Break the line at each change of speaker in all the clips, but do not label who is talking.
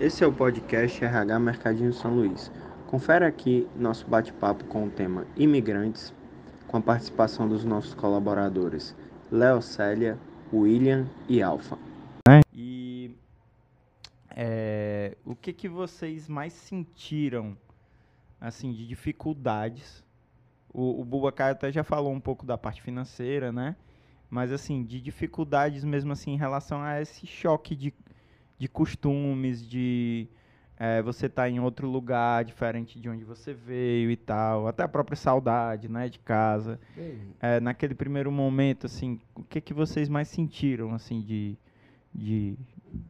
Esse é o podcast RH Mercadinho São Luís. Confere aqui nosso bate-papo com o tema Imigrantes, com a participação dos nossos colaboradores Léo Célia, William e Alfa.
E é, o que, que vocês mais sentiram, assim, de dificuldades? O, o Bubacar até já falou um pouco da parte financeira, né? Mas, assim, de dificuldades mesmo assim em relação a esse choque de, de costumes, de é, você estar em outro lugar diferente de onde você veio e tal. Até a própria saudade, né, de casa. É, naquele primeiro momento, assim, o que que vocês mais sentiram, assim, de, de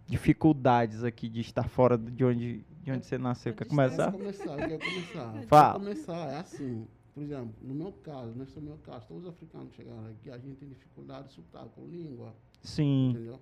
dificuldades aqui de estar fora de onde, de onde você nasceu? Quer começar?
Quero começar, quero começar.
Fala.
Quero começar, é assim. Por exemplo, no meu caso, nesse é o meu caso, todos os africanos que chegaram aqui, a gente tem dificuldade de sotaque, com língua,
Sim,
entendeu?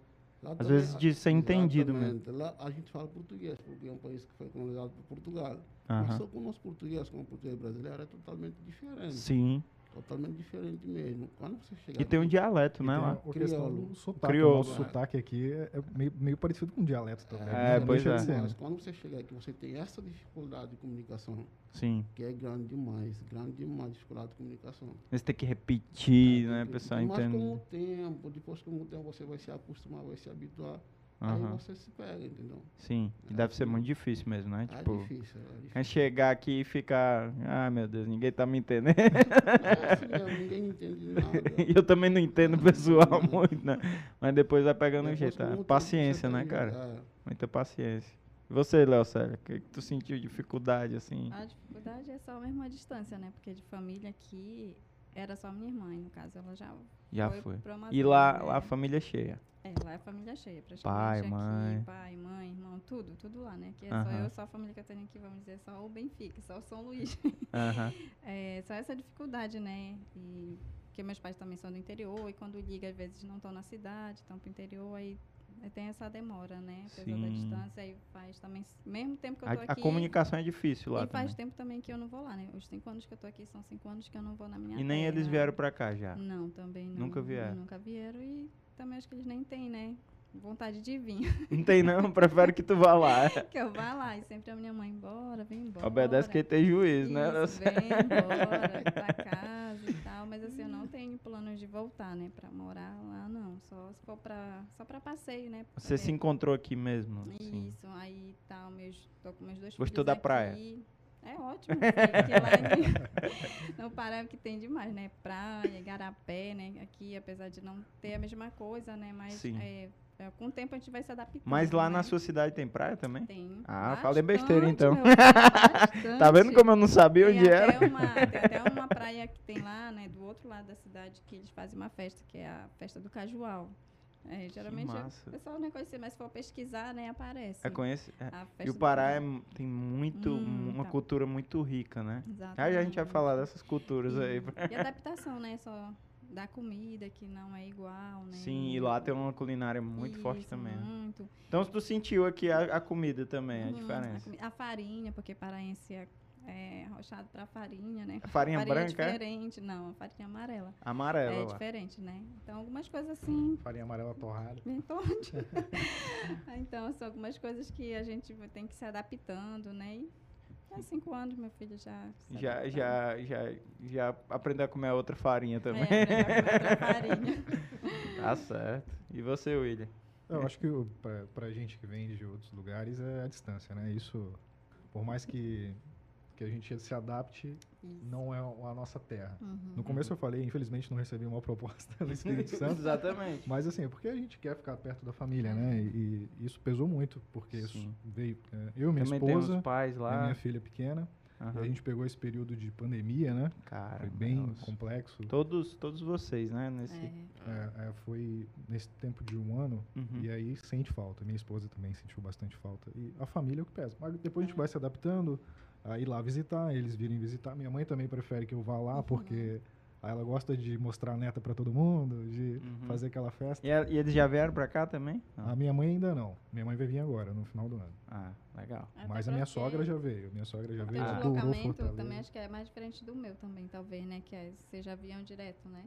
Lá
Hum. às vezes de ser entendido mesmo.
exatamente. Lá a gente fala português, porque é um país que foi colonizado por Portugal. Mas
Aham.
só que o nosso português com o português brasileiro é totalmente diferente.
Sim.
Totalmente diferente mesmo. Quando você chega
E tem um
aqui,
dialecto, né,
Tem
lá?
a- a questão
Crioulo.
um
do sotaque.
Crioulo.
O nosso sotaque aqui é é meio, meio parecido com dialeto também.
né? É,
né? Não
pois
deixa de
é.
ser, né?
mas quando você chega aqui, você tem essa dificuldade de comunicação,
Sim.
que é grande demais, grande demais dificuldade de comunicação.
Você tem que
Ah,
repetir, né, pessoal?
Mas com o
Entende?
tempo, depois com o tempo você vai se acostumar, vai se habituar, aí
Aham.
você se pega, entendeu?
Sim. E
É,
deve ser
assim,
muito difícil mesmo, né?
é
Tipo,
difícil, é difícil.
é chegar aqui e ficar. Ah, meu Deus, ninguém tá me entendendo.
É assim mesmo, ninguém entende nada.
E eu também não entendo o pessoal muito, né? Mas depois vai pegando o
Depois,
jeito.
com o
tá?
tempo,
Paciência,
você
né,
tem-
cara?
é,
Muita paciência. E você, Léo Célio, o que, que tu sentiu dificuldade, assim?
A dificuldade é só mesmo a distância, né? Porque de família aqui era só minha irmã, e no caso, ela já
Já
foi,
foi.
pra uma
E lá,
zona,
lá a
né?
família é cheia.
É, lá é família cheia, praticamente.
Pai,
aqui,
mãe.
Pai, mãe, irmão, tudo, tudo lá, né? Que é só
Aham.
eu, só a família que eu tenho aqui, vamos dizer, só o Benfica, só o São Luís.
Aham.
É, só essa dificuldade, né? E, porque meus pais também são do interior, e quando liga, às vezes não estão na cidade, estão pro interior, aí aí tem essa demora, né? Apesar da
Sim.
distância, aí faz também, mesmo tempo que eu tô
A, a
aqui...
comunicação é difícil lá
e faz
também.
tempo também que eu não vou lá, né? Os cinco anos que eu tô aqui são cinco anos que eu não vou na minha
E nem eles
terra.
vieram pra cá já.
né? Não, também não.
Nunca vieram.
Nunca vieram e também acho que eles nem têm, né? Vontade de vir.
Não tem não, prefere que tu vá lá.
que eu vá lá e sempre a minha mãe, bora, vem embora.
Obedece quem tem juízo,
Isso,
né? Léo Célio?
vem embora pra casa e tal, mas assim, eu não tenho planos de voltar, né? Pra morar lá, não. Só se for pra, só pra passeio, né? pra
Você
ver-
se encontrou aqui mesmo? assim?
Isso, aí tal, meus, tô com meus dois
Gostou
filhos
da praia?
aqui. É ótimo, sei que lá é em- no Pará é o que tem demais, né? Praia, garapé, né? Aqui, apesar de não ter a mesma coisa, né? Mas
Sim.
é, é, com o tempo a gente vai se adaptando.
Mas lá
né?
na sua cidade tem praia também?
Tem.
Ah, falei besteira, então.
meu filho, bastante.
Tá vendo como eu não sabia
Tem
onde era?
até Uma, tem até uma praia que tem lá, né, do outro lado da cidade, que eles fazem uma festa, que é a festa do cajual. É, geralmente é-
massa.
o pessoal não conhece, mas se for pesquisar, né, aparece.
É conhece... é.
A
E
festa
o
do
Pará é
cajual.
mu- tem muito,
Hum,
uma
tá.
cultura muito rica, né? Já,
Exatamente.
já a gente vai falar dessas culturas
E-
aí.
E adaptação, né? Só da comida que não é igual, né?
Sim, e lá tem uma culinária muito forte
Isso,
também. né?
Muito.
Então se tu sentiu aqui a, a comida também, a
Uhum,
diferença.
comi- A, farinha, porque paraense é, é rochado pra farinha, né?
A farinha
é
branca, é?
diferente, não, a farinha amarela.
Amarela
é
lá.
diferente, né? Então algumas coisas assim.
Farinha amarela torrada.
Bem tonte. então, são algumas coisas que a gente tem que se adaptando, né? E há cinco anos, meu filho já. se
Já,
adaptando.
já, já, já aprendeu a comer outra farinha
É,
também.
aprendeu a comer outra farinha. É.
Tá certo. E você, William?
Eu acho que o- pra, pra gente que vem de outros lugares é a distância, né? Isso, por mais que, que a gente se adapte,
Isso.
não é a nossa terra.
Uhum.
No começo eu falei, infelizmente não recebi uma proposta do Espírito Santo.
Exatamente.
Mas assim, é porque a gente quer ficar perto da família, né? E, e isso pesou muito, porque isso
Sim.
veio é, eu, minha
também tem
esposa,
os pais
e a
lá.
minha filha pequena. E
Aham.
a gente pegou esse período de pandemia, né?
Cara,
Foi bem
Ah, nossa. Então
complexo.
todos, todos vocês, né? Nesse...
É.
É, é, foi nesse tempo de um ano
Uhum.
e aí sente falta. Minha esposa também sentiu bastante falta. E a família é o que pesa. Mas depois a gente vai se adaptando, a ir lá visitar, eles virem visitar. Minha mãe também prefere que eu vá
Uhum.
lá, porque ela gosta de mostrar a neta pra todo mundo, de
Uhum. Ah.
fazer Ah. aquela festa.
E, a- e eles já vieram pra cá também? Não.
A minha mãe ainda não. Minha mãe vai vir agora, no final do ano.
Ah, legal.
Até
Mas a minha
porque
sogra já veio. Minha sogra já
O teu
veio,
Ah.
já
deslocamento
Fortaleza.
também acho que é mais diferente do meu também, talvez, né? Que é- vocês já viam direto, né?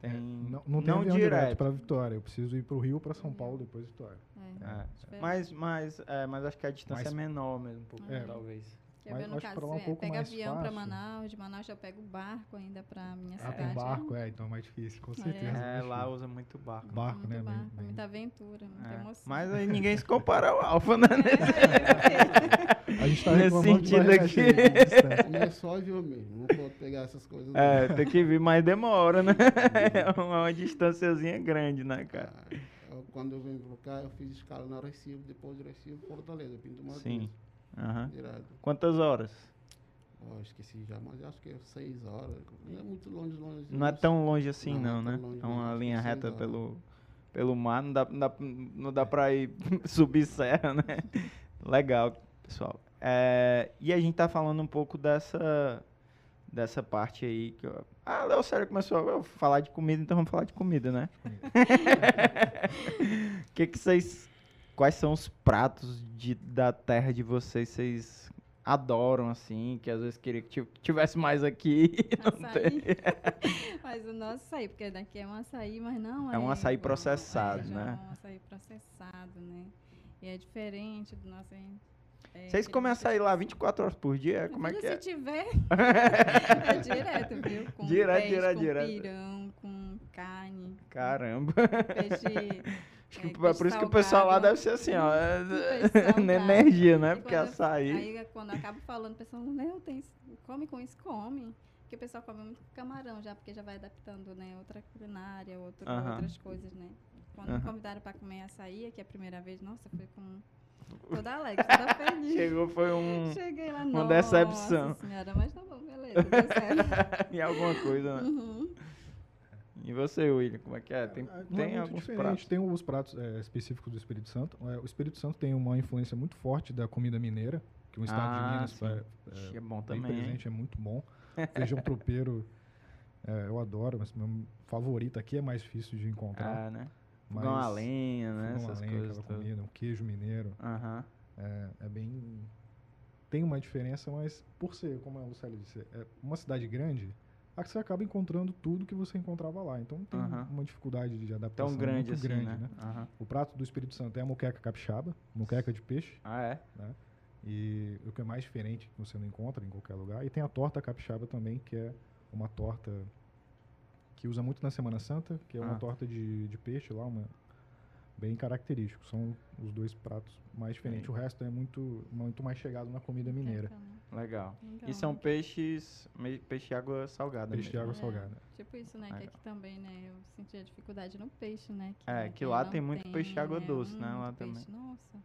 Tem...
Não,
Hum.
não tem avião direto para Vitória. Eu preciso ir para o Rio, para São Paulo, depois Vitória.
É.
É.
Espera.
Mas, mas, é, mas acho que a distância
Mas-
é menor mesmo, um pouco,
É.
talvez.
Que eu
Mas
venho no
acho pra lá
caso,
um
é,
pouco
pega
mais
avião para
fácil.
Manaus, de Manaus já pego barco ainda para minha
Ah,
cidade. né?
tem barco, é, então é mais difícil, com certeza.
É,
bicho.
lá usa muito barco.
barco,
muito
né? bem-
barco,
bem-
muita aventura, muita
É.
emoção.
Mas aí ninguém se compara ao Alfa, né?
A gente tá
Nesse
reclamando de
sentido
Barreto,
aqui.
né, de distância.
Como é só avião mesmo, não pode pegar essas coisas. não. Ah,
É, tem que vir, mas demora, né? É uma, uma distânciazinha grande, né, cara?
Ah, eu- quando eu vim para cá, eu fiz escala na Recife, depois de Recife, Fortaleza, Pinto Madeira.
Sim.
É.
Aham.
Direto.
Quantas horas?
tá Ó, esqueci já, mas acho que é seis horas. Não é muito longe, longe.
Não é tão longe assim, não,
Não, não é
né?
tão longe,
É uma
não.
linha
Não sei,
reta
não.
pelo, pelo mar, não dá, não dá, não dá pra ir subir serra, né? Legal, pessoal. É, e a gente tá falando um pouco dessa, dessa parte aí. Que eu, ah, Léo Sério começou a falar de comida, então vamos falar de comida, né? que que vocês... Quais são os pratos de, da terra de vocês vocês adoram, assim, que às vezes queria que ti- tivesse mais aqui e não tem?
Açaí. mas o nosso açaí, porque daqui é um açaí, mas não é.
É um açaí
igual,
processado,
é, já
né?
É um açaí processado, né? E é diferente do nosso. é- é
Vocês
aquele
comem
açaí-
açaí lá 24 horas por dia? Como é
Filho,
que é?
Se tiver, é direto, viu? Com
Direto,
peixe,
direto,
com
direto.
pirão, com carne,
Caramba.
com peixe.
Acho que
É,
por
peixe
por isso que o pessoal lá
é salgado.
deve ser assim, ó. é-
Peixe
na
salgado.
energia, né?
E
Porque
quando eu-
açaí.
Aí quando eu acabo falando, o pessoal, não, tem, isso, come com isso, come. Porque o pessoal come muito camarão já, porque já vai adaptando, né? Outra culinária, outro,
Aham.
outras coisas, né? Quando me
Aham.
convidaram para comer açaí, que é a primeira vez, nossa, foi com toda alegre, toda feliz.
Chegou, foi um.
Cheguei lá,
uma
nossa
decepção."
senhora, mas tá bom, beleza, deu certo.
e alguma coisa, né?
Uhum.
E você, William, como é que é? Tem,
Ah, não
tem
é muito
alguns
diferente.
pratos.
Tem os pratos é, específicos do Espírito Santo. É, o Espírito Santo tem uma influência muito forte da comida mineira, que é um estado
Ah,
de Minas
sim.
é,
Ixi, É, bom
bem
também. hein?
presente, é muito bom. Feijão tropeiro é, eu adoro, mas meu favorito aqui é mais difícil de encontrar.
Ah, né?
mas
Fogão a lenha, né?
fogão a
Essas
lenha,
coisas.
aquela
todas.
comida, um queijo mineiro.
Aham.
é bem. Tem uma diferença, mas por ser, como a Lucélia disse, é uma cidade grande, a que você acaba encontrando tudo que você encontrava lá. Então tem
Aham.
uma dificuldade de adaptação
Tão grande
Então, muito
assim,
grande,
né?
né?
Aham.
O prato do Espírito Santo é a moqueca capixaba, moqueca de peixe,
Ah, é?
e o que é mais diferente, que você não encontra em qualquer lugar. E tem a torta capixaba também, que é uma torta que usa muito na Semana Santa, que é uma
Ah.
torta de, de peixe lá, uma, bem característico. São os dois pratos mais diferentes. O resto é muito, muito mais chegado na comida mineira. é um
Legal.
Então,
E são peixes. meio- Peixe de água salgada.
Peixe de
mesmo.
água
É.
salgada.
Tipo isso, né? Que aqui também, né? Eu senti a dificuldade no peixe, né?
É, que lá tem muito peixe de água doce, né, lá também.
Nossa.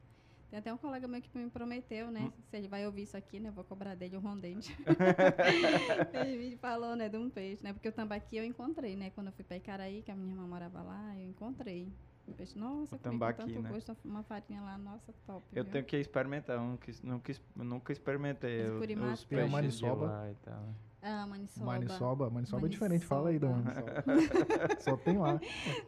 Tem até um colega meu que me prometeu, né?
Hum.
Se ele vai ouvir isso aqui, né? Eu vou cobrar dele o rondente. ele me falou, né? De um peixe, né? Porque o tambaqui eu encontrei, né? Quando eu fui pra Icaraí, que a minha irmã morava lá, eu encontrei. O peixe, nossa,
O
comi
tambaqui,
com tanto
né?
gosto, uma farinha lá, nossa, top.
Eu
viu?
tenho que experimentar, eu nunca, nunca, nunca experimentei
Mas
o-
curimatá.
os
Tem a
peixes
maniçoba.
de lá e tal.
Ah, maniçoba.
Maniçoba. Maniçoba é diferente, fala aí da
Maniçoba.
maniçoba. Só tem lá.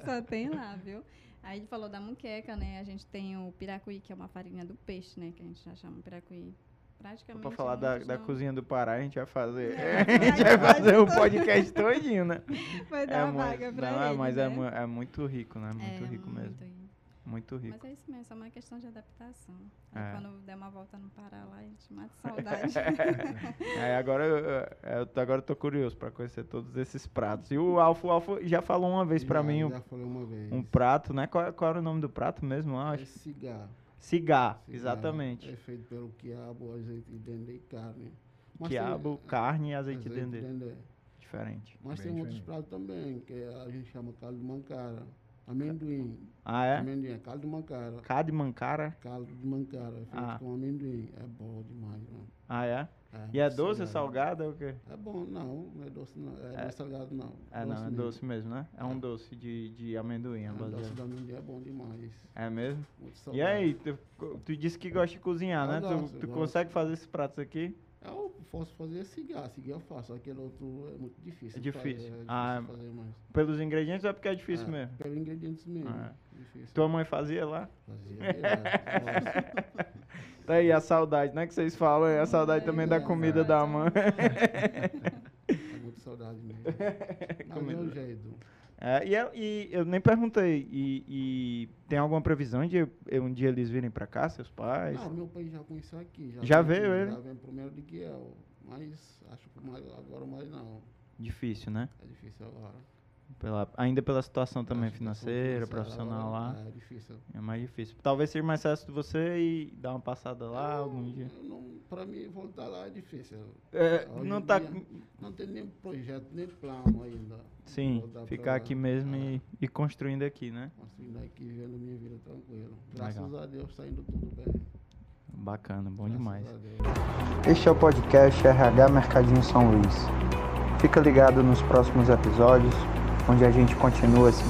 Só tem lá, viu? Aí ele falou da muqueca, né? A gente tem o piracuí, que é uma farinha do peixe, né? Que a gente já chama piracuí. Praticamente.
Pra falar da,
muitos
da
não-
cozinha do Pará, a gente vai fazer.
É,
a gente vai
vai
fazer o podcast todinho, né?
Vai dar uma
mui-
vaga pra
não, é,
ele,
mas
né?
é, mu- é muito rico, né? Muito
É,
rico mesmo.
muito rico.
Muito rico.
Mas é isso mesmo, é uma questão de adaptação. Aí
É.
quando der uma volta no Pará lá, a gente mata a saudade.
Aí É, agora eu, eu- eu tô- agora eu tô curioso pra conhecer todos esses pratos. E o Alfo, o Alfo já falou uma vez pra
Já-
mim um,
Já falei uma vez.
um prato, né? Qual, qual era o nome do prato mesmo? lá?
É cigarro.
Cigar,
cigarro.
exatamente.
né? É feito pelo quiabo, azeite de dendê e carne. Mas tem- é, né?
Quiabo, carne e azeite, de
de
dendê.
dendê.
Diferente.
Mas
Bem
tem outros
diferente.
pratos também, que a gente chama caldo de mancara. Amendoim.
Ah, é?
Amendoim, é caldo de mancara.
Cá de mancara.
Caldo de mancara, é feito
Ah.
com amendoim. É bom demais, mano.
Ah, é? E é doce, é salgada
salgado?
ou o quê?
É bom, não, não é doce não. É, não é salgado não.
É, não, é
mesmo.
doce mesmo, né? É um doce de, de amendoim,
É,
é
doce
baseado.
da amendoim é bom demais.
É mesmo?
Muito
E
saudável.
aí, tu, co- tu disse que gosta de cozinhar,
Eu
né?
gosto,
tu
eu
tu
gosto.
consegue fazer esses pratos aqui?
Eu posso fazer cigarro, cigarro eu faço. Aquele outro é muito difícil.
É
de fazer,
difícil.
é difícil
Ah,
de fazer, mas
Pelos ingredientes ou é porque é difícil
É.
mesmo?
pelos ingredientes mesmo.
Ah,
Difícil.
Tua mãe fazia lá?
Fazer, é, nossa.
Tá aí a saudade, né? Que vocês falam, é a saudade também da
é,
comida
é.
da mãe.
é muito saudade mesmo. Mas é
Comida.
o jeito.
É, e, ela- e eu nem perguntei, e, e tem alguma previsão de eu- um dia eles virem pra cá, seus pais?
Não, meu pai já conheceu aqui.
É Já
veio
veio
aqui,
ele?
Já veio primeiro de Guiel. Mas acho que mais, agora mais não.
Difícil, né?
É difícil agora.
Pela, ainda pela situação também
Acho que a situação
financeira, profissional
agora
lá.
É difícil.
É mais difícil. Talvez seja mais fácil de você ir dar uma passada lá algum dia.
Eu não, pra mim, voltar lá é difícil.
É,
hoje
não
em
tá.
dia- Não tem nem projeto, nem plano ainda.
Sim,
Voltar pra
ficar
lá.
aqui mesmo
É,
e, e construindo aqui, né?
Construindo aqui, vivendo minha vida tranquilo. Graças a Deus, tá indo tudo bem.
Bacana, bom
Graças
demais.
a Deus.
Este é o podcast RH Mercadinho São Luís. Fica ligado nos próximos episódios, onde a gente continua se